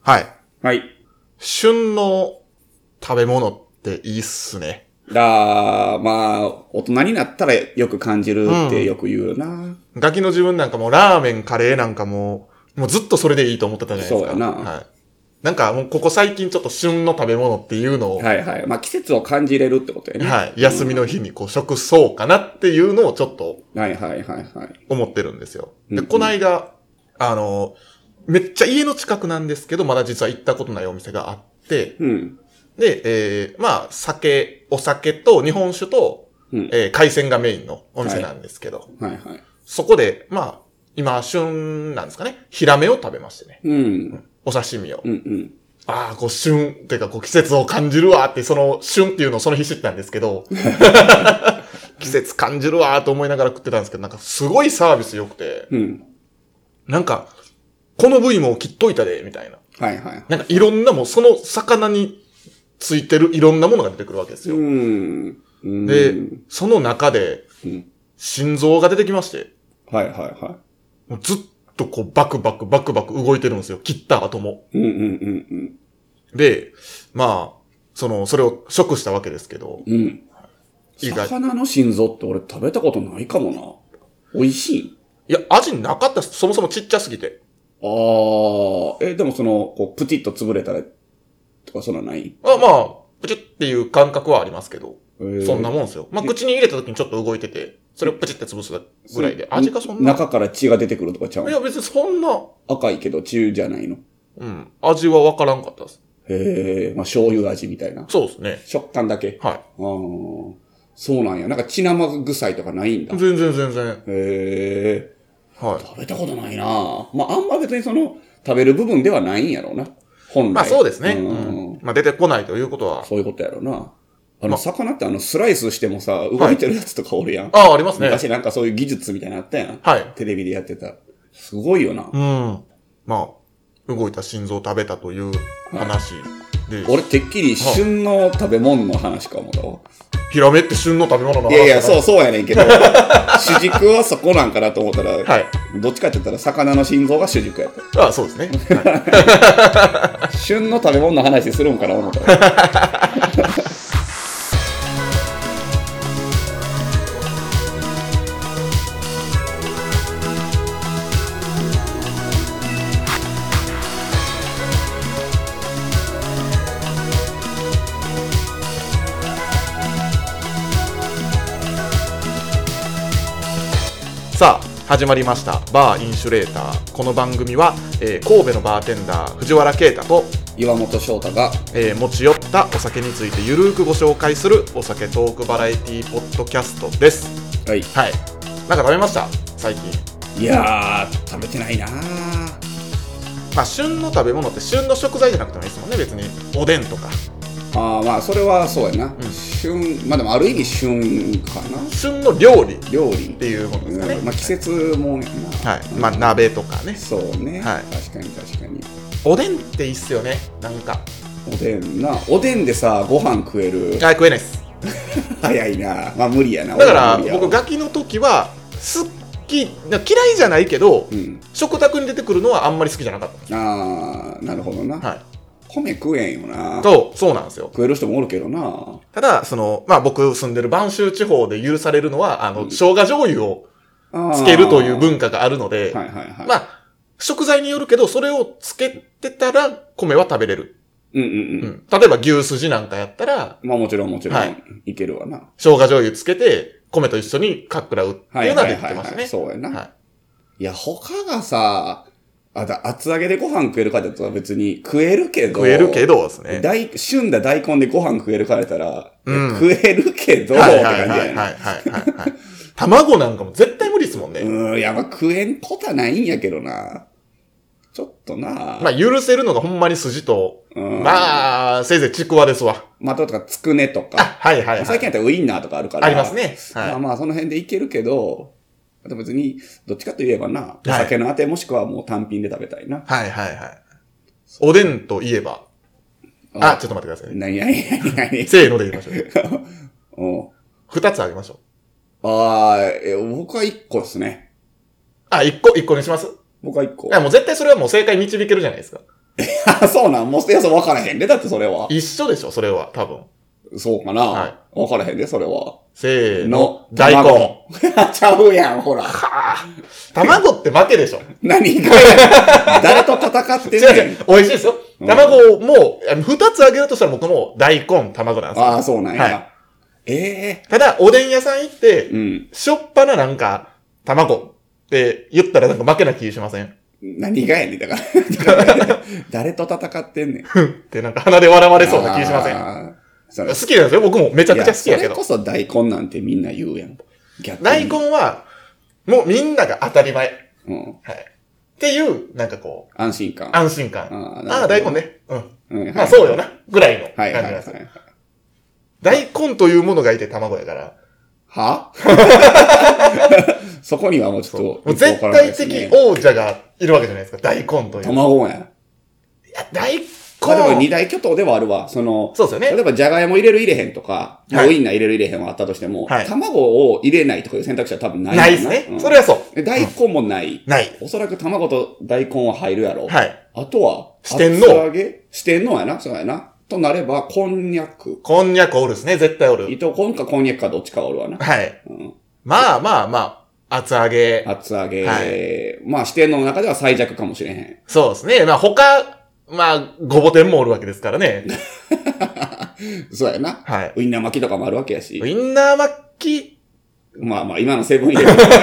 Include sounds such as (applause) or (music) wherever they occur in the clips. はい。はい。旬の食べ物っていいっすね。だまあ、大人になったらよく感じるってよく言うよな。ガキの自分なんかもラーメン、カレーなんかも、もうずっとそれでいいと思ってたじゃないですか。そうやなはい。なんかもうここ最近ちょっと旬の食べ物っていうのを、ははいはい。まあ季節を感じれるってことやい、ね。休みの日にこう食そうかなっていうのをちょっとはいはいはいはい。思ってるんですよ。うんで、うんこないだ、あの、めっちゃ家の近くなんですけど、まだ実は行ったことないお店があって、うん。で、えー、まあ、酒、お酒と日本酒と、うん。えー海鮮がメインのお店なんですけど、はいはい。そこで、まあ、今、旬なんですかね。ヒラメを食べましてね。うん。お刺身をうん。うん。ああ、こう、旬、っていうか、こう、季節を感じるわって、その、旬っていうのをその日知ったんですけ (laughs) ど、季節感じるわーと思いながら食ってたんですけど、なんか、すごいサービス良くて、うん。なんか、この部位も切っといたで、みたいな。はいはい。なんか、いろんなもう、その魚についてるいろんなものが出てくるわけですよ。うん。うんで、その中でうん、心臓が出てきまして、はいはいはもうずっとこうバクバクバクバク動いてるんですよ。切った後も。い。うんうんうんで、まあ、その、それを食したわけですけど、うん。うん。意外魚の心臓って俺食べたことないかもな。美味しいいや、味なかったっす。そもそもちっちゃすぎて。ああ、え、でもその、こう、プチッと潰れたら、とかそんなんないあまあ、プチっていう感覚はありますけど、そんなももんですよ。まあ、口に入れた時にちょっと動いてて、それをプチって潰すぐらいで、味がそんな。中から血が出てくるとかちゃういや、別にそんな、赤いけど血じゃないの。うん、味はわからんかったです。へえ、まあ醤油味みたいな。そうですね。食感だけ。はあーそうなんや。なんか血生臭いとかないんだい。。全然全然。へえ、はい。食べたことないなまああんま別にその、食べる部分ではないんやろうな。本来。まあそうですね。うんうんまあ出てこないということは。そういうことやろうな。あまの、あ魚ってあの、スライスしてもさ、動いてるやつとかおるやん。ああ、ありますね。昔なんかそういう技術みたいなのあったやん。はい。テレビでやってた。すごいよな。うん。まあ、動いた心臓を食べたという話で、俺てっきり旬の食べ物の話かもだわ。ヒラメって旬の食べ物の話。いやいや、そううそうやねんけど、 (laughs) 主軸はそこなんかなと思ったら、はい。どっちかって言ったら魚の心臓が主軸やった。ああそうですね。 (laughs) 旬の食べ物の話するんかな思ったわ。さあ、始まりました。バーインシュレーター。この番組は、えー神戸のバーテンダー、藤原啓太と、岩本翔太が、えー持ち寄ったお酒についてゆるーくご紹介するお酒トークバラエティポッドキャストです。はい。はい。なんか食べました最近。いやー、食べてないなまあ、旬の食べ物って旬の食材じゃなくてもいいですもんね、別に。おでんとか。ああまあそれはそうやな、旬まあでもある意味旬かな旬の料理っ料理ていうものですかね。うんまあ季節もねはい。まあ、鍋とかね。そうね、はい確かに確かにおでんっていいっすよね。なんか。おでんなおでんでさご飯食えるあ、食えないっす。早いなまあ無理やなだから、俺は無僕、理やガわキの時は、好き、な嫌いじゃないけど、うん食卓に出てくるのはあんまり好きじゃなかっああなるほどな、た。はい。米食えんよなと、そうなんですよ。食える人もおるけどなただ、その、まあ僕住んでる播州地方で許されるのは、あの、生姜醤油をあーつけるという文化があるので、はいはいはい、まあ、食材によるけど、それをつけてたら、米は食べれる。うんうんう、うんん。例えば牛すじなんかやったら、まあもちろんもちろん、、はいけるわな生姜醤油つけて、米と一緒にかっくらうっていうのはできてましたね。そうやな、はい。いや、他がさ、あだ厚揚げでご飯食えるかって言ったら別に食えるけど。食えるけどですね。大、旬だ大根でご飯食えるかって言ったら、うんいや食えるけど、はいってはい感じはやいな。はいはいはいはい。卵なんかも絶対無理ですもんね。うん、いや、まあ食えんことはないんやけどな。ちょっとな。まあ許せるのがほんまに筋と、うんまあ、せいぜいちくわですわ。まあ、とか、つくねとあ、か。はいはいは最い。近やったらウインナーとかあるから。ありますねはいまあまあ、その辺でいけるけど、あと別に、どっちかといえばな、お酒のあてもしくはもう単品で食べたいな。はいはいはい。おでんといえば、あ、ちょっと待ってくださいね。何や何や何やせーので言いましょう。うん。二つあげましょう。ああ、え僕は一個ですね。あ、一個、一個にしますい僕は一個。や、もう絶対それはもう正解導けるじゃないですか。あそうなん、もう、いや、そう分からへんで、だってそれは。一緒でしょ、それは、多分。そうかな。はい分からへんで、それは。せーのの、大根。。卵ちゃうやん、ほら。卵って負け (laughs) でしょ。何が誰と戦ってん違うね違んう。美味しいですよ。うん卵も、あの二つあげるとしたら僕も大根、卵なんですよ。ああ、そうなんや。はえただ、おでん屋さん行っえて、うん。しょっぱななんか、卵って言ったらなんか負けな気しません何がやねん、(laughs) だから。だから誰と戦ってんねん。ってなんか鼻で笑われそうな気しません。ん。それ好きなんですよ。僕もめちゃくちゃ好きやけいそれこど。そ大根なんてみんな言うやん。逆に大根は、もうみんなが当たり前。っうん。ていう、なんかこう、安心感。安心感。あああ、大根。ね。うん。なるほどうんまあそうよ。な。ぐらいのは感いじはないんはいはですよ。い。大根というものがいて卵やから。はそこにはもうちょっもと。う絶対的王者がいるわけじゃないですか。大根という。い卵や。や、大根まあでも二大巨頭ではあるわ。その、そうですよ例ね。えばじゃがいも入れる入れへんとか、はいウインナー入れる入れへんはあったとしても、はい卵を入れないとかいう選択肢は多分ないないですね。それはは。そで大根もない。う。ない。おそらく卵と大根は入るやろ。はい。あとは、四天王厚揚げ四天王やな、そうやな。となれば、こんにゃく。こんにゃくおるですね。絶対おる。糸こんかこんにゃくかどっちかおるわな。はい。うん、まあまあまあ、厚揚げ。厚揚げ、はまあ四天王の中では最弱かもしれへん。そうですね。まあ他、まあ、ごぼ天もおるわけですから (laughs) ね。そうやな。はい。ウインナー巻きとかもあるわけやしウ。インナー巻き、まあまあ、今のセブンイレブン (laughs) とかい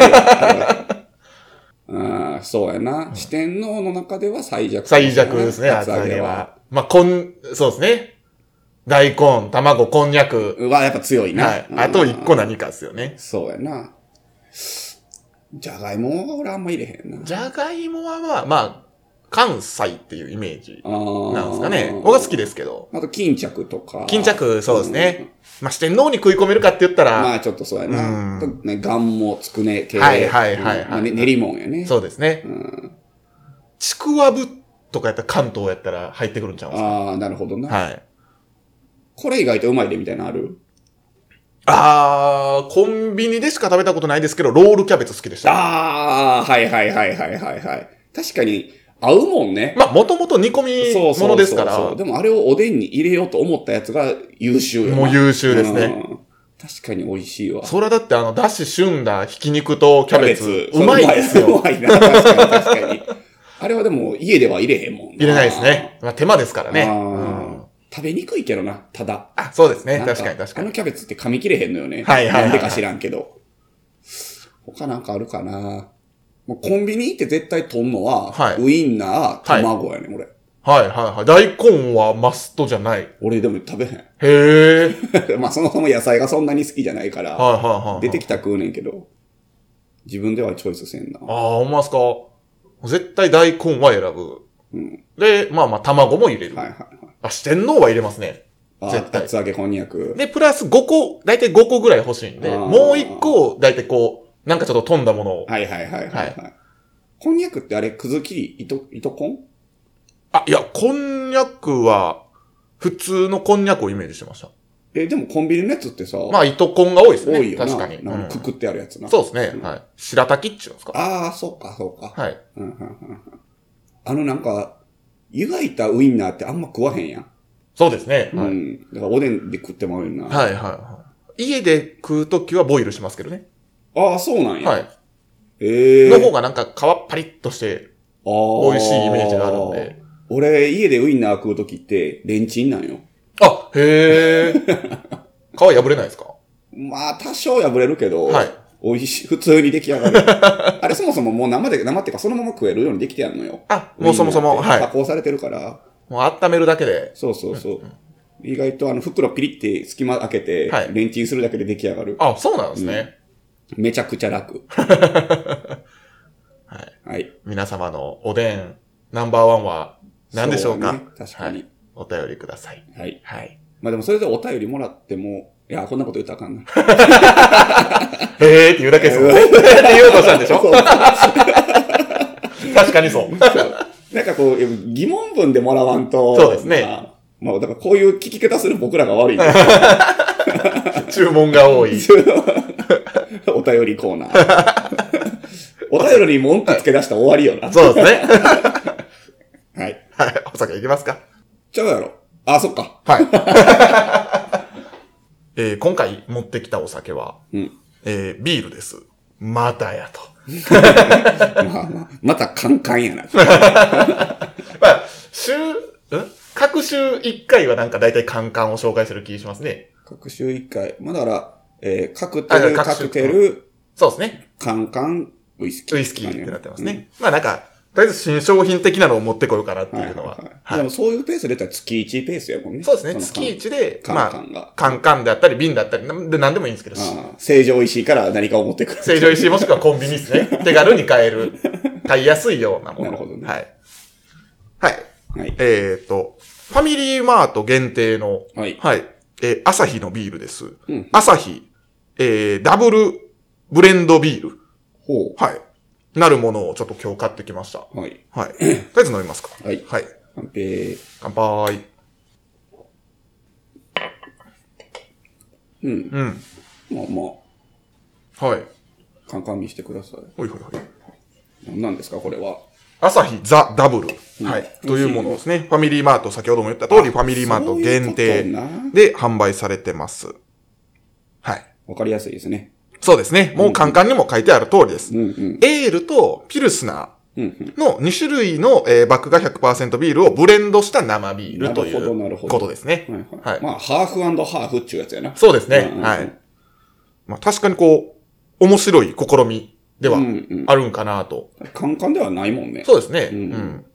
うあーそうやな。四天王の中では最弱。最弱ですね、厚揚げは。。まあ、こん、そうですね。大根、卵、こんにゃく。はやっぱ強いな。はい。うんあと一個。何かですよね。そうやな。じゃがいもは俺あんま入れへんな。じゃがいもはまあ、まあ、関西っていうイメージあーなんですかね。僕は好きですけど。あと、巾着とか。巾着、そうですね。まあ、して脳に食い込めるかって言ったうん。まら、あ、ちょっとそうやうな。んとね、ガンもつくね系。はいはいはいはいうんまあね練りもんやね。そうですね。うん。ちくわぶとかやったら関東やったら入ってくるんちゃうんですああ、なるほどな。かはい。これ以外とうまいでみたいなのあるあー、コンビニでしか食べたことないですけど、ロールキャベツ好きでした。ああ、はいはいはいはいはいはい。確かに、合うもんね。まあ、もともと煮込そうみそもうのですから、そうそうでもあれをおでんに入れようと思ったやつが優秀よなもう優秀ですね。うん確かに美味しいわ。それはだってあの、だし、旬だ、ひき肉とキャベツ、そうまいですうよ。まいな。確かに確かに。あれはでも家では入れへんもん。入れないです。ね。まあ、手間ですからね。あーうん食べにくいけどな、ただ。あ、そうですね。なん確かに確かあに。のキャベツって噛み切れへんのよね。はいはいはいなんでか知らんけど。他なんかあるかなもうコンビニ行って絶対取んのは、はいウインナー、卵やね、俺。はいはいはい。大根はマストじゃない。へ俺でも食べへえ。はい (laughs) ん。まあそもそも野菜がそんなに好きじゃないから、はいはい。出てきたら食うねんけど、自分ではチョイスせんな。ああ、ほんまっすか。絶対大根は選ぶ。うんで、まあまあ、卵も入れる。はいはいあ、四天王は入れますね。はい。絶対あ厚揚げこんにゃく。で、プラス5個、だいたい5個ぐらい欲しいんで、あーもう1個、だいたいこう、なんかちょっと飛んだものを。はいはいはいはい、ははいいこんにゃくってあれ、くずきり、糸、糸こんあ、いや、こんにゃくは、普通のこんにゃくをイメージしてました。え、でもコンビニのやつってさ、まあ、糸こんが多いです多ね。いよな。確かに。うなんんかくくってあるやつな。そうですね。はい。白滝っちゅうんですか。ああ、そうかそうか。はい。うんうんうんうんあのなんか、湯がいたウインナーってあんま食わへんやん。そうですね。はうい。ん。だからおでんで食ってもらうよな。はいはいはい。家で食うときはボイルしますけどね。ああ、そうなんや。はい。ええの方がなんか皮パリッとして美美味しいイメージがあるんで。。俺、家でウインナー食うときって、レンチンなんよ。あ、へえ。 (laughs) 皮破れないですかまあ、多少破れるけど、はい美味しい、普通に出来 (laughs) 上がる。あれ、そもそももう生で、生っていうか、そのまま食えるようにできてやんのよ。あ、もうそもそも、ウインナーはって加い。(laughs) 工されてるから、もう温めるだけで。そうそうそう。意外と、あの、袋ピリって隙間開けて、はいレンチンするだけで出来上がる。あ、そうなんですね。めちゃくち (laughs) ゃ楽。はい。はい。皆様のおでんナンバーワンは何でしょうかそね確かに、お便りください。はい。 (laughs) はい。まあでも、それでお便りもらっても、いや、こんなこと言ったらあかんな。へえって言うだけですよ。 (laughs) へーって言おうとした (laughs) んでしょそうそう確かにそう。 (laughs) なんかこう、疑問文でもらわんと。そうですねあ。まあ、だからこういう聞き方する僕らが悪い (laughs) んで注文が多い。すよ。お便りコーナー。 (laughs) お便りに文句つけ出したら終わりよな。そうですね。はい。はい。お酒いきますかちゃうやろ。あ、そっか。はい。 (laughs) えー今回持ってきたお酒は、うんえービールです。またやと。まあまあ、 (laughs) またカンカンやな。まあ、週、ん各週1回はなんか大体カンカンを紹介してる気がしますね。各週1回。まあだから、えー、カクテル、あカ各種クテル、そうですね。カンカン、ウイスキー。ウイスキーってなってますね。まあなんか、とりあえず新商品的なのを持ってこようかなってうん。はいいうはいのは。はい。はでい。もそういうペースで言ったら月1ペースやもんね。そうですね。の月1で、カンカまンがあ、。カンカンであったり、瓶だったり、なんで何でもいいんですけど、ああ成城石井から何かを持ってくる。成城石井もしくはコンビニですね。手軽に買える。買いやすいようなもの。 (laughs) なるほどねはい。はい。はい。えっ、と、ファミリーマート限定の、はいえー、朝日のビールです。ん朝日、えー、ダブルブレンドビール。ほはい。なるものをちょっと今日買ってきました。う。はい。 (coughs) はい。とりあえず飲みますか。はいはい。乾杯。乾杯。うんうん。まあまあ、はい。カンカン見してください。ほいほいほい。何なんですか、これは。朝日ザ・ダブル。はい。というものですね。ファミリーマート、先ほども言った通り、ファミリーマート限定そういうことなで販売されてます。はい。わかりやすいですね。そうですね。もうカンカンにも書いてある通りです。うんうん。エールとピルスナうんうん。ーの2種類の、えーバックが100%ビールをブレンドした生ビールといなるほどなるほうどことですね。はいははい。い。まあ、ハーフハーフっちゅうやつやな。そうですねうんうん。うんはい。まあ確かにこう、面白い試みではうんうんあるんかなと。カンカンではないもんね。そうですね。ううんん。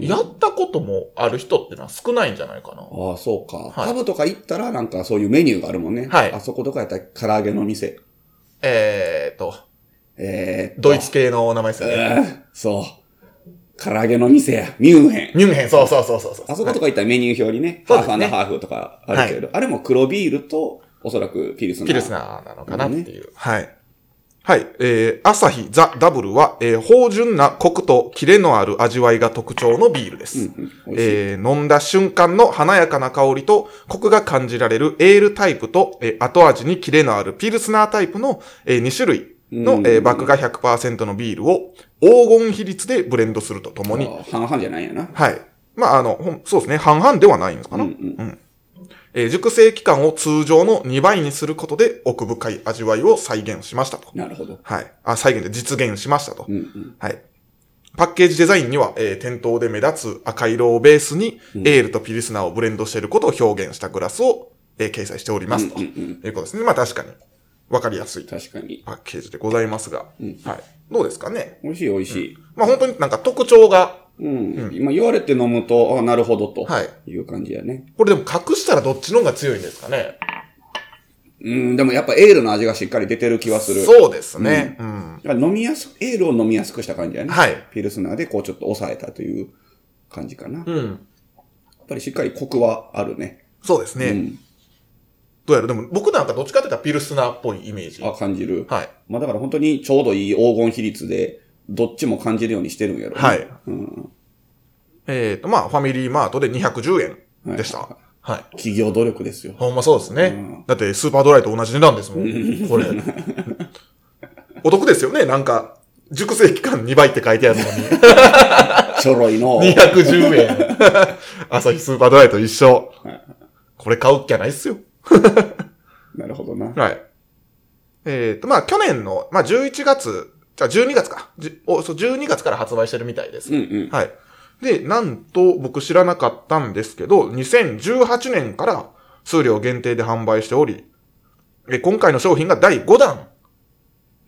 でやったこともある人ってのは少ないんじゃないかな。ああ、そうか。いパブとか行ったら、なんかそういうメニューがあるもんね。はいあそことかやったら、唐揚げの店。えーと、えー、ドイツ。系のお名前ですよね。うん、そう。唐揚げの店や。ミュンヘン。ミュンヘン、そうそうそうそうそう。あそことか行ったらメニュー表にね、そうハでーすフねハーフとかあるけれど、あれも黒ビールと、おそらくピルスナー。ピルスナーなのかなっていう。はい。はい。えー、朝日ザ・ダブルは、えー、芳醇なコクとキレのある味わいが特徴のビールです。うんうん美味しいえー飲んだ瞬間の華やかな香りとコクが感じられるエールタイプと、えー後味にキレのあるピルスナータイプの、え2種類の、うんえー、バクが100%のビールを黄金比率でブレンドするとともに、あー半々じゃないんやな。はい。まあ、あの、ほんそうですね。半々ではないんですかな。うんえー熟成期間を通常の2倍にすることで奥深い味わいを再現しましたと。なるほど。はい。あ、再現で実現しましたと。うんうん。はい。パッケージデザインには、えー店頭で目立つ赤色をベースに、エールとピルスナーをブレンドしていることを表現したグラスを、えー掲載しておりますと、うんうんうんいうことですね。まあ確かに、わかりやすい確かに。パッケージでございますが、はい。どうですかね。美味しい美味しい。まあ本当になんか特徴が、うん。今言われて飲むと、あなるほどと。。はいいう感じやね。これでも隠したらどっちの方が強いんですかね。うん、でもやっぱエールの味がしっかり出てる気はする。そうですね。うんだから飲みやす、エールを飲みやすくした感じやね。はい。ピルスナーでこうちょっと抑えたという感じかな。やっうん。ぱりしっかりコクはあるね。そうですね。んどうやら、でも僕なんかどっちかって言ったらピルスナーっぽいイメージ。あ、感じる。はい。まあだから本当にちょうどいい黄金比率で、どっちも感じるようにしてるんやろ、ね。はい。うん。えっ、と、まあ、ファミリーマートで210円でした。ははいい。企業努 (laughs) 力ですよ。ほんまそうですね。だって、スーパードライと同じ値段ですもん。これ。お得ですよね。なんか、熟成期間2倍って書いてあるのちょろいの。 (laughs) に。210円。 (laughs) 朝日スーパードライと一緒はい。これ買うっきゃないっすよ。なるほどな。はい。えっ、と、まあ、去年の、まあ、11月、じゃあ12月か。じゅおそう12月から発売してるみたいですうん。うん。はい。で、なんと僕知らなかったんですけど、2018年から数量限定で販売しており、え今回の商品が第5弾、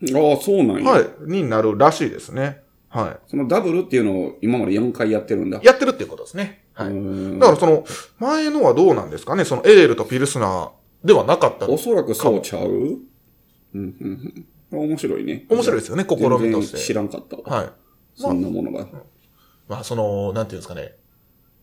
ああ、そうなんや。はい、になるらしいですね。はそのダブルっていうのを今まで4回やってるんだい。。やってるっていうことですね。はい。うーんだからその、前のはどうなんですかねそのエールとピルスナーではなかった。お面そらくそうちゃううんうんうん。面白いね。白いですよね、試みと全然知して。らんかったわ。はい。そんなものが。まあ、その、なんていうんですかね。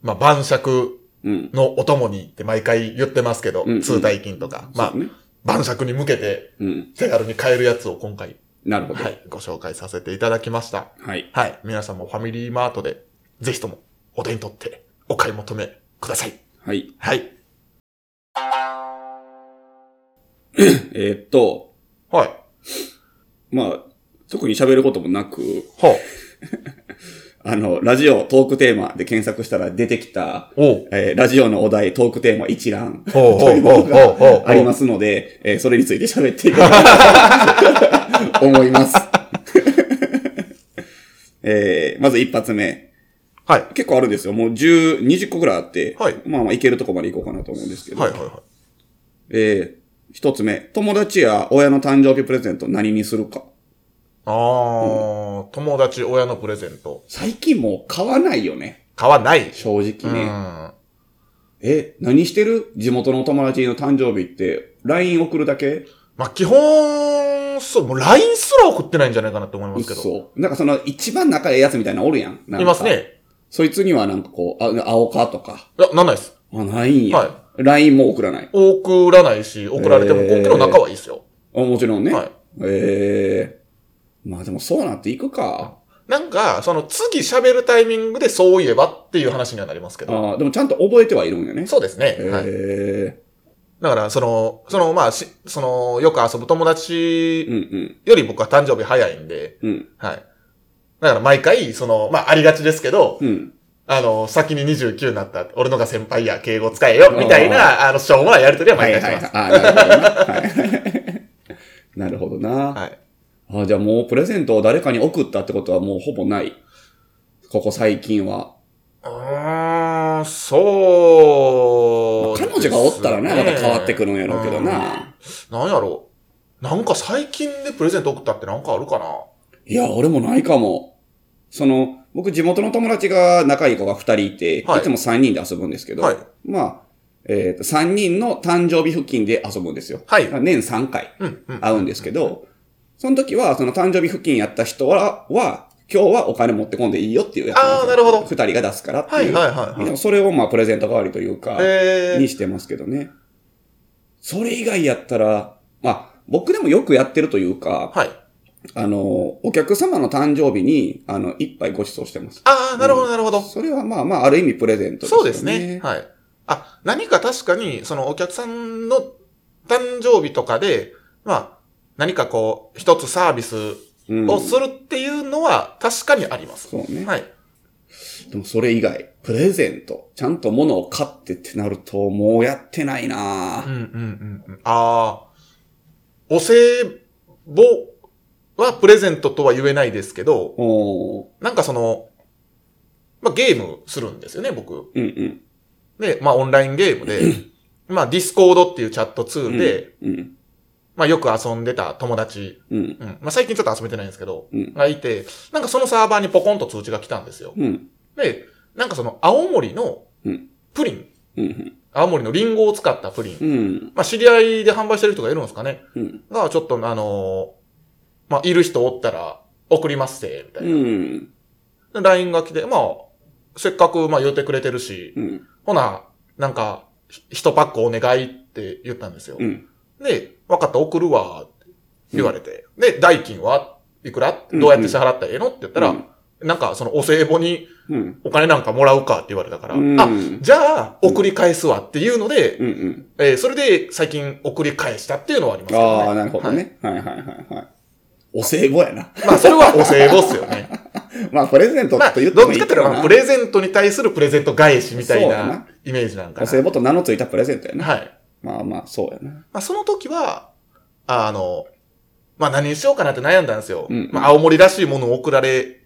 まあ、晩酌うん。のお供にって毎回言ってますけど、んうん通体金とか。まあそう、ね。晩酌に向けてうん。手軽に買えるやつを今回なるほど。ははい。い、ご紹介させていただきました。はい。はい、皆さんもファミリーマートで、ぜひともお手に取ってお買い求めください。はい。はい。えーっと、はい。まあ、特に喋ることもなく、ほう。あの、ラジオトークテーマで検索したら出てきた、おうえーラジオのお題、トークテーマ一覧とほうほういうのほうほうほがうありますので、えーそれについて喋っていこうかと思います。 (laughs) えーまず一発目。はい。結構あるんですよ。もう10、20個ぐらいあって、はいまあまあいけるとこまで行こうかなと思うんですけど、はいはいはい。えー一つ目、友達や親の誕生日プレゼント何にするか。あー、友達、親のプレゼント。最近もう買わないよね。買わない。正直ね。うん。え、何してる地元の友達の誕生日って、LINE 送るだけまあ、基本、そう、もう LINE すら送ってないんじゃないかなと思いますけど。嘘。なんかその一番仲いいやつみたいなのおるやん。なんかいます。ね。そいつにはなんかこう、あ青かとか。いや、なんないです。あ、ないんや。は LINE も送らない。送らないし、送られても、えー今期の仲はいいですよ。あもちろんね。はいええまあでもそうなっていくか。なんか、その次喋るタイミングでそういえばっていう話にはなりますけど。あでもちゃんと覚えてはいるんよね。そうですね。はい。えだから、その、その、まあ、し、その、よく遊ぶ友え達うんうん。より僕は誕生日早いんで、うん。はい。だから毎回、その、まあ、ありがちですけど、うん。あの、先に29になった、俺のが先輩や、敬語使えよ、みたいな、あの、しょうもないやりとりははい毎回はいしはまいす。。あなるほどな。はい。 (laughs) なるほどな。はい。あじゃあもうプレゼントを誰かに送ったってことはもうほぼない。ここ最近は。うーん、そう、彼女がおったらな、また変わってくるんやろうけどうん。な。なんやろう。なんか最近でプレゼント送ったってなんかあるかないや、俺もないかも。その、僕地元の友達が仲いい子が二人いて、はいい、つも三人で遊ぶんですけど、はいまあ、えっ、と、三人の誕生日付近で遊ぶんですよ。はい年三回うん、うん。会うんですけど、その時は、その誕生日付近やった人は、は今日はお金持ってこんでいいよっていうやつんですよあーなるほど二人が出すからって。はいいうはいはいではい。もそれをまあプレゼント代わりというか、えにー、してますけどね。それ以外やったら、まあ、僕でもよくやってるというか、はい。あの、お客様の誕生日に、あの、一杯ご馳走してます。ああ、なるほどなるほど。それはまあまあ、ある意味プレゼントですよそうね。ですね。はい。あ、何か確かに、そのお客さんの誕生日とかで、まあ、何かこう、一つサービスうん。をするっていうのは確かにあります。そうね。はい。でもそれ以外、プレゼント、ちゃんと物を買ってってなると、もうやってないなうんうんぁうんうん。ああ。お歳暮はプレゼントとは言えないですけど、おーなんかその、まあ、ゲームするんですよね、僕。うんうん。で、まあ、オンラインゲーム (laughs) で、まあ、ディスコードっていうチャットツールで、うん。まあ、よく遊んでた友達、うん。うん。まあ、最近ちょっと遊べてないんですけど、うんがいて、なんかそのサーバーにポコンと通知が来たんですよ。うん。うん。で、なんかその、青森のうん、プリン、うん。青森のリンゴを使ったプリン。うん。まあ、知り合いで販売してる人がいるんですかね。うん。が、ちょっと、あのーまあ、いる人おったら、送りますって、みたいな。うん。で LINE が来て、まあ、せっかく、まあ、言ってくれてるし、うん。ほな、なんか、ひ一パックお願いって言ったんですよ。うん。で、わかった、送るわ、って言われて。で、代金はいくらうんどうやって支払ったらええのって言ったら、うんなんか、その、お歳暮にうん。お金なんかもらうかって言われたから、うんあ、じゃあ、送り返すわっていうので、うん。うん。えーそれで最近送り返したっていうのはありますけどね。ああ、なるほどはい。ね。はいはいはいはい。お歳暮やな。まあ、それはお歳暮っすよね。まあ、プレゼントまあ、とど言っって (laughs) もいちいかってけいうどと、な。プレゼントに対するプレゼント返しみたいそうやななイメージなんかおな。歳暮と名のついたプレゼントやな。はい。まあまあ、そうやな。まあ、その時は、あの、まあ、何にしようかなって悩んだんですよ。うんまあ、青森らしいものを送られ、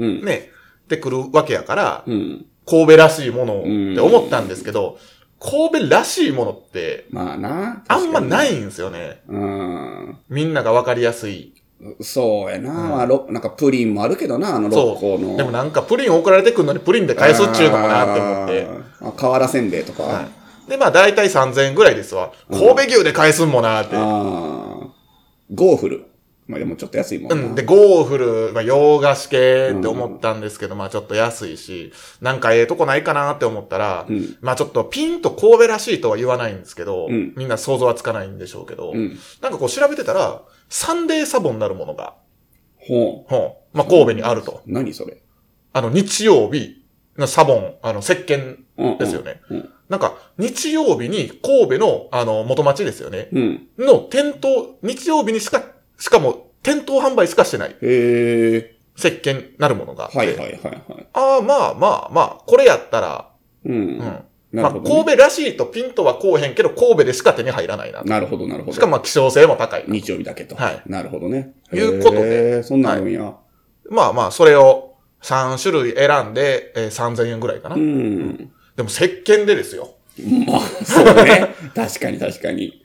うん。ね、てくるわけやから、うん。神戸らしいものって思ったんですけど、神戸らしいものって、まあな。。あんまないいんですよね。うん。みんながわかりやすい。そうやな。うんまあ、ろなんかプリンもあるけどな、あの、そう六甲の。でもなんかプリン送られてくるのにプリンで返すっちゅうのもなって思って。て思って。あ、瓦せんべいとか。はいで、まあ大体3000円ぐらいですわ。神戸牛で返すんもなーって。ああ。ゴーフル。まあでもちょっと安いもうんな。ん、で、ゴーフル、まあ、洋菓子系って思ったんですけど、まあちょっと安いし、なんかええとこないかなって思ったら、うんまあちょっとピンと神戸らしいとは言わないんですけど、うんみんな想像はつかないんでしょうけど、うん。なんかこう調べてたら、サンデーサボになるものが、ほほうまあ神戸にあると。う。何それ。あの、日曜日のサボン、あの、石鹸うん。ですよね。うん。なんか、日曜日に神戸の、あの、元町ですよね。うん。の店頭、日曜日にしか、しかも店頭販売しかしてない。へえ。石鹸なるものがあって、はいはいはいはい。ああ、まあまあまあ、これやったら、う。うんん。なまるあ、ほど、ね神戸らしいとピンとはこうへんけど、神戸でしか手に入らないな。なるほど、なるほど。しかも、まあ、希少性も高い。日曜日だけと。はいなるほどね。いうことでへー。そんなんあるんや。まあまあ、それを3種類選んで、えー3000円ぐらいかな。うん。でも、石鹸でですよ。まあ、そうね。確かに確かに。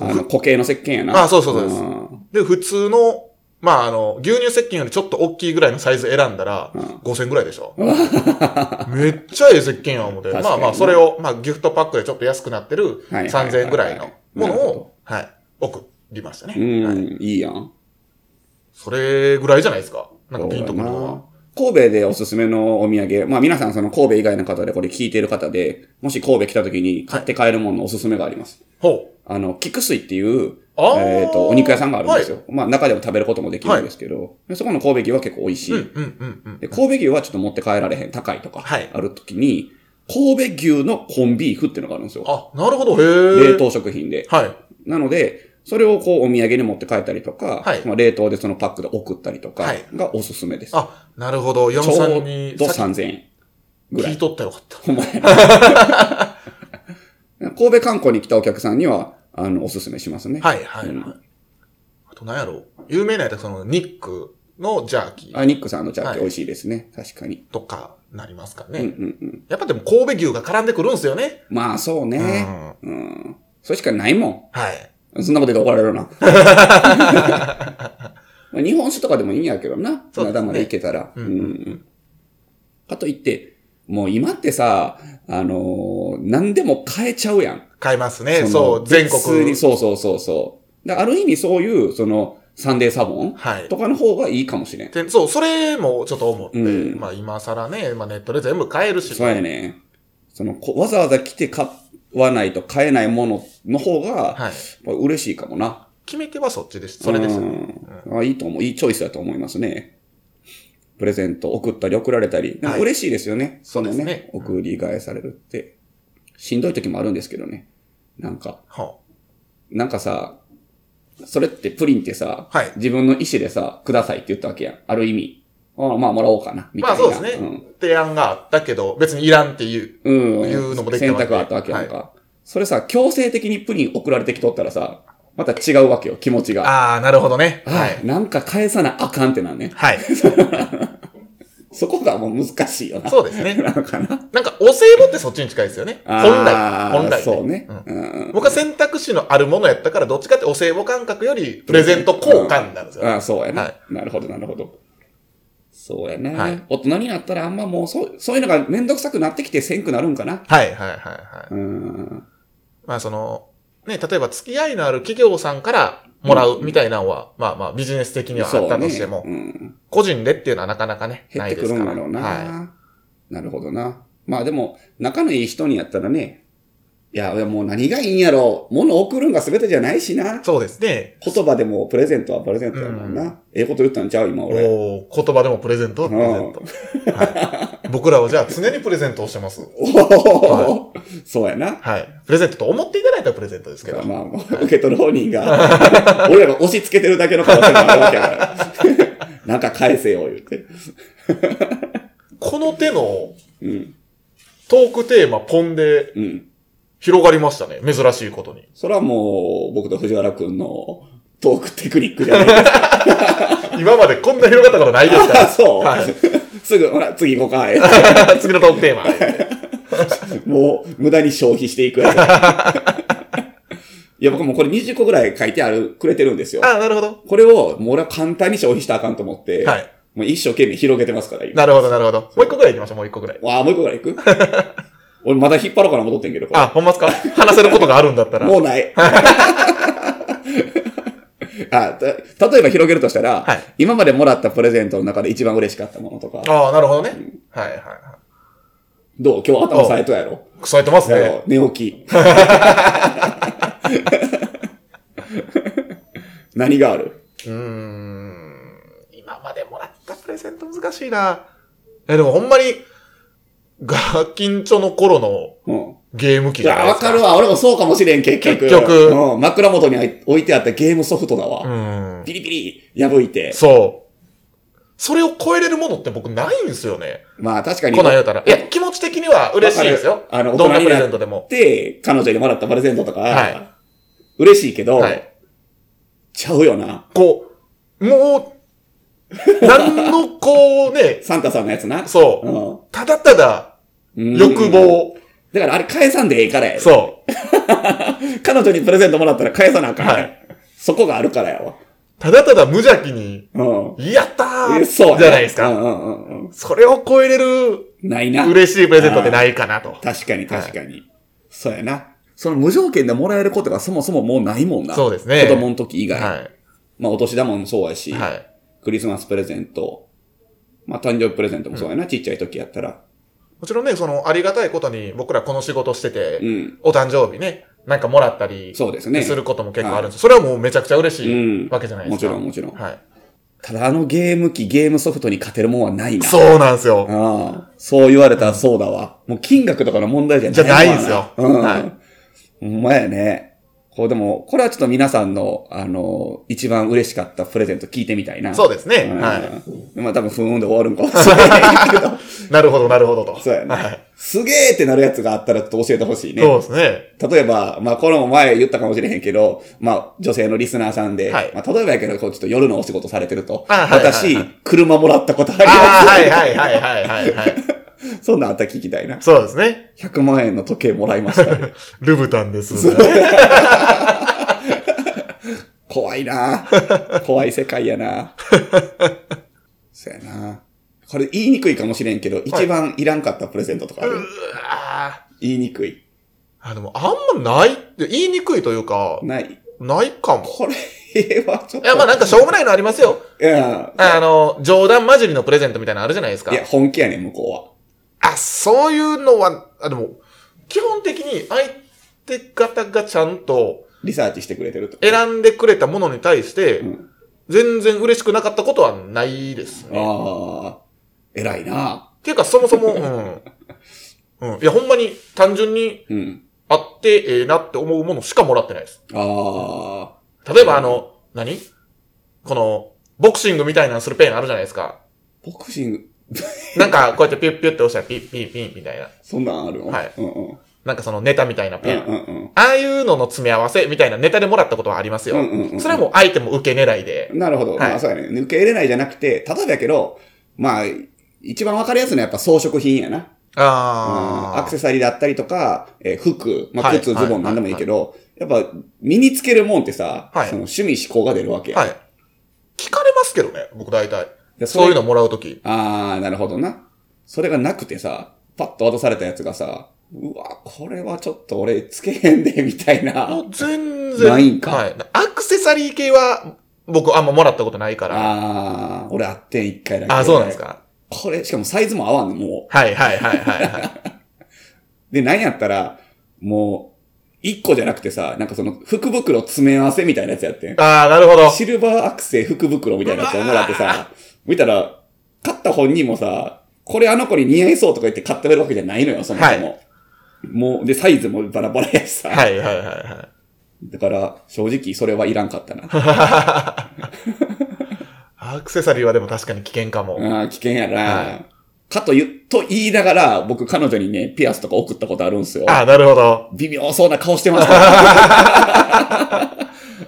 あの、固形の石鹸やな。あそうそうそうですんで、普通の、まああの、牛乳石鹸よりちょっと大きいぐらいのサイズ選んだら、うん5000ぐらいで (laughs) しょ。めっちゃええ石鹸や思って。確かまあにまあ、それを、まあギフトパックでちょっと安くなってるはいはいはいはい3000円ぐらいのものなるほを、はい、送りましたね。うんはい、いいやん。それぐらいじゃないですか。なんかピンとくるのは。神戸でおすすめのお土産、まあ皆さんその神戸以外の方でこれ聞いてる方で、もし神戸来た時に買って帰るもののおすすめがあります。ほう。あの、菊水っていう、あーえっ、と、お肉屋さんがあるんですよ。まあ中でも食べることもできるんですけど、でそこの神戸牛は結構美味しい。うんうんうんうん。で、神戸牛はちょっと持って帰られへん、高いとか、はいある時に、神戸牛のコンビーフっていうのがあるんですよ。あ、なるほど。へえ。冷。凍食品で。はい。なので、それをこうお土産に持って帰ったりとか、はいまあ、冷凍でそのパックで送ったりとかはいがおすすめです。あ、なるほど。山ちょ本うさんにどさっ3000円きぐら聞いい。とったらよかった。ほんまや神戸観光に来たお客さんには、あの、おすすめしますね。はいはいはい。うんあと何やろう。有名なやつ、その、ニックのジャーキーあ、ニックさんのジャーはキいー美味しいですね。確かに。とか、なりますかうんうんね。うん。やっぱでも神戸牛が絡んでくるんですよね。まあ、そううんね。はうん。それしかないもい。ん。そんなこと言うと怒られ (laughs) るな。まあ日本酒とかでもいいんやけどな。そうですねまだまでいけたら。ううんんうんうかといって、もう今ってさ、あのー何でも買えちゃうやん。買いますね。のそう、全普通国に、。そうそうそうそう。だからある意味そういう、その、サンデーサボンはいとかの方がいいかもしれん。でそう、それもちょっと思って、うんまあ今更ね、まあネットで全部買えるし。そうやね。その、こわざわざ来て買わないと買えないものの方が、はい。まあ嬉しいかもな。決め手はそっちです。それですう。んあ。いいと思う。いいチョイスだと思いますね。プレゼント送ったり送られたり。なんはかい嬉しいですよね。そうですねの送り返されるって。しんどい時もあるんですけどね。なんか、はなんかさ、それってプリンってさ、あはい。自分の意思でさ、くださいって言ったわけやん。ある意味。ああまあ、もらおうかな。みまたあいな。そうですね。提案があったけど、別にいらんっていう。うん。うん。いうのもできた選わけ択があったわけやんか。それさ、強制的にプリン送られてきとったらさ、また違うわけよ、気持ちが。ああ、なるほどね。あはい。なんか返さなあかんってなんね。はい。そこがもう難しいよな。そうですね。なのかな。なんか、お歳暮ってそっちに近いですよね。本来。あー本来。そうね。うんうん。僕は選択肢のあるものやったから、どっちかってお歳暮感覚よりプレゼント交換なんですよ。ああ、そうやな、はなるほど、なるほど。そうやな、はい大人になったらあんまもうそう、そういうのがめんどくさくなってきてせんくなるんかな。はいはいはいはい。うん。まあその、ね、例えば付き合いのある企業さんからもらうみたいなのは、まあまあビジネス的にはあったとしても、そうねうん個人でっていうのはなかなかね、減なっいでてくするかんら。だろうな。はなるほどな。まあでも、仲のいい人にやったらね、いや、いやもう何がいいんやろう。物送るんが全てじゃないしな。い。そうですね。言葉でもプレゼントはプレゼントやもんな。うええこと言ったんちゃう今お俺。おー言葉でもプレゼントはプレゼント。はい、僕らはじゃあ常にプレゼントをしてます。おおー (laughs) そうやな。はい。プレゼントと思っていただいたらプレゼントですけど。まあ、もう受け取る本人が、 (laughs) 俺らが押し付けてるだけの可能性もあるわけやから。 (laughs) なんか返せよ、言って。この手のうん。トークテーマ、ポンでうん。広がりましたね。珍しいことに。それはもう、僕と藤原くんのトークテクニックじゃないですか。今までこんな広がったことないですあかそう、はいすぐ、ほら、次行こうか。 (laughs) ら。次のトークテーマ。 (laughs) もう、無駄に消費していくやつ。いや、僕もうこれ20個ぐらい書いてある、くれてるんですよ。ああ、なるほど。これを、もう俺は簡単に消費したらあかんと思って、はいもう一生懸命広げてますから、今。なるほど、なるほど。もう一個ぐらい行きましょう、もう一個ぐらい。わあ、もう一個ぐら (laughs) い行く俺まだ引っ張ろうかな戻ってんけど、これあ、ほんまっすか話せることがあるんだったら。も (laughs) うない。あた例えば広げるとしたら、はい今までもらったプレゼントの中で一番嬉しかったものとか、ああ、なるほどね。はいはいはどう今日頭冴えたやろい。くそえてますだね。よ、寝起き。 (laughs) 何があるうーん。今までもらったプレゼント難しいな。え、でもほんまに、ガキンチョの頃のうん。ゲーム機いじゃないや、でわすか。かるわ。俺もそうかもしれん、結局。結局うん、枕元に置いてあったゲームソフトだわ。うん。ピリピリ、破いて。そそれを超えれるものって僕ないんですよね。まあ確かに。この言うたら。いいやや、気持ち的には嬉しいですよ。あの、どん大なプ人にレなゼっントでも。て、彼女にもらったプレゼントとか、は嬉しいけど、はい。ちゃうよな。こう、もう、なんのこうね、サンタさんのやつな。そうう、ただただん。欲うん。望。だからあれ返さんでええからや。そう。彼女にプレゼントもらったら返さなあかん。はいそこがあるからやわ。ただただ無邪気に、うん。やったえーそう。じゃないですうんか。うんうんうん。それを超えれるないな。嬉しいプレゼントってないかなと。確かに確かに。そうやな。その無条件でもらえることがそもそももうないもんな。そうですね子供の時以外。はまあお年玉もそうやし、い。はい。クリスマスプレゼント、まあ誕生日プレゼントもそうやな、ちっちゃい時やったら。もちろんね、その、ありがたいことに僕らこの仕事してて、うん。お誕生日ね、なんかもらったり、そうですねすることも結構あるんです。それはもうめちゃくちゃ嬉しうんいわけじゃないでもすちか。ろんもちろん。はい。ただあのゲーム機、ゲームソフトに勝てるもんはないな。う。そうなんですよ。ああそう言われたらそうだわ。もう金額とかの問題じゃないじゃないんすようん。はいほんまやね。こうでも、これはちょっと皆さんの、あの、一番嬉しかったプレゼント聞いてみたいな。そうですね。うんはまあ多分、ふーんで終わるんかも (laughs) しれないけど。い。 (laughs) なるほど、なるほどと。そうやね。はいすげーってなるやつがあったらちょっと教えてほしいね。そうですね。例えば、まあ、これも前言ったかもしれへんけど、まあ、女性のリスナーさんで、はいまあ、例えばやけど、こうちょっと夜のお仕事されてると、あはい私、はいは車もらったことありああ、まはいはいはいはいはいはい。す。 (laughs) そんなんあったら聞きたいな。そうですね。 100万円の時計もらい (laughs) ました。ルブタンです。怖いな怖い世界 (laughs) やなそうやなこれ言いにくいかもしれんけど、一番いらんかったプレゼントとかあうる、わー言いにくい。あ、でもあんまないって言いにくいというか、ない。ないかも。これはちょっいと。や、まあなんかしょうもないのありますよ。いや、あの、冗談交じりのプレゼントみたいなのあるじゃないですかい。や本気やねん、向こあ、そういうのは、あ、でも、基本的に相手方がちゃんとうは。リサーチしてくれてると。選んでくれたものに対してん、全然嬉しくなかったことはないですね。ああ、偉いな。っていうか、そもそ (laughs) も、うん。うん。いや、ほんまに単純にうん。あってええなって思うものしかもらってないです。ああ、例えば、あの、何この、ボクシングみたいなのするペンあるじゃないです (laughs) か。ボクシング、なんか、こうやってピュッピュッって押したらピッピッピッみたいな。そんなんあるのはいうんうん。なんかそのネタみたいなうペんン。うんうんああいうのの詰め合わせみたいなネタでもらったことはありますよ。うんうんうんそれはもう相手も受け狙いで。なるほど。はいまあそうやね。受け入れないじゃなくて、例えばやけど、まあ、一番わかりやすいのはやっぱ装飾品やな。あうんアクセサリーだったりとか、えー服、まあはい靴、ズボンなんでもいいけど、やっぱ身につけるもんってさ、はいその趣味思考が出るわけや。はい。聞かれますけどね、僕大体。でそういうの。のもらうとき。ああ、なるほどな。それがなくてさ、パッと渡されたやつがさ、うわ、これはちょっと俺つけへんで、みたいも (laughs) な。う全然。ないんかはい。アクセサリー系は、僕あんまもらったことないから。あああ、俺あってん一回だけ。あ、そうなんです。か。これ、しかもサイズも合わんの、もはいはいはいはいはい。う。で、なんやったら、もう、一個じゃなくてさ、なんかその、福袋詰め合わせみたいなやつやってん。ああ、なるほ (laughs) ど。シルバーアクセ福袋みたいなやつをもらっ (laughs) てさ、見たら、買った本人もさ、これあの子に似合いそうとか言って買ってるわけじゃないのよ、そもそも。はもう、で、サイズもバラバラやしさ。はいはいはいはい。だから、正直それはいらんかっ (laughs) たな。アクセサリーはでも確かに危険かも。ああ、危険やな。はかと言う、と言いながら、僕彼女にね、ピアスとか送ったことあるんすよ。ああ、なるほど。微妙そうな顔し (laughs) てました。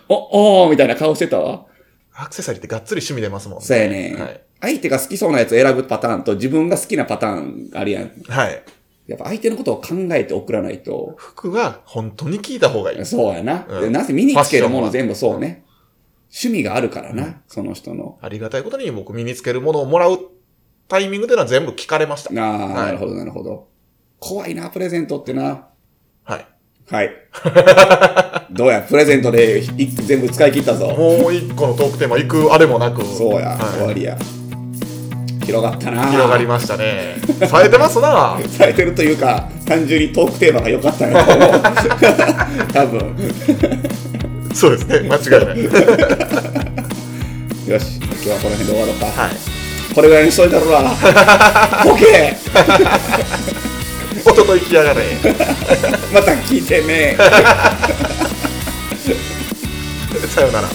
お、おーみたいな顔してたわ。アクセサリーってがっつり趣味出ますもんね。そうやね、はい相手が好きそうなやつ選ぶパターンと自分が好きなパターンあるやん。はい。やっぱ相手のことを考えて送らないと。服は本当に聞いた方がいい。そうやな。うんでなぜ身につけファッシるもョンのは全部そうね。趣味があるからな、その人の。ありがたいことに僕身につけるものをもらうタイミングでのは全部聞かれましたあ。いあ、なるほど、なるほど。怖いな、プレゼントってな。はい。 (laughs) はい。どうや、プレゼントでい全部使い切ったぞ。もう一個のトークテーマ行くあれもなく。そうや、終はわりや。広がったな。い。広がりましたね。冴えてますな。されてるというか、単純にトークテーマが良かったんやと思う。 (laughs) 多分。そうですね。間違いない。はい。よし、今日はこの辺で終わろうか。これぐらいにしといたろな。ボケ (laughs) おとといきやがれ。また聞いてね。さようなら。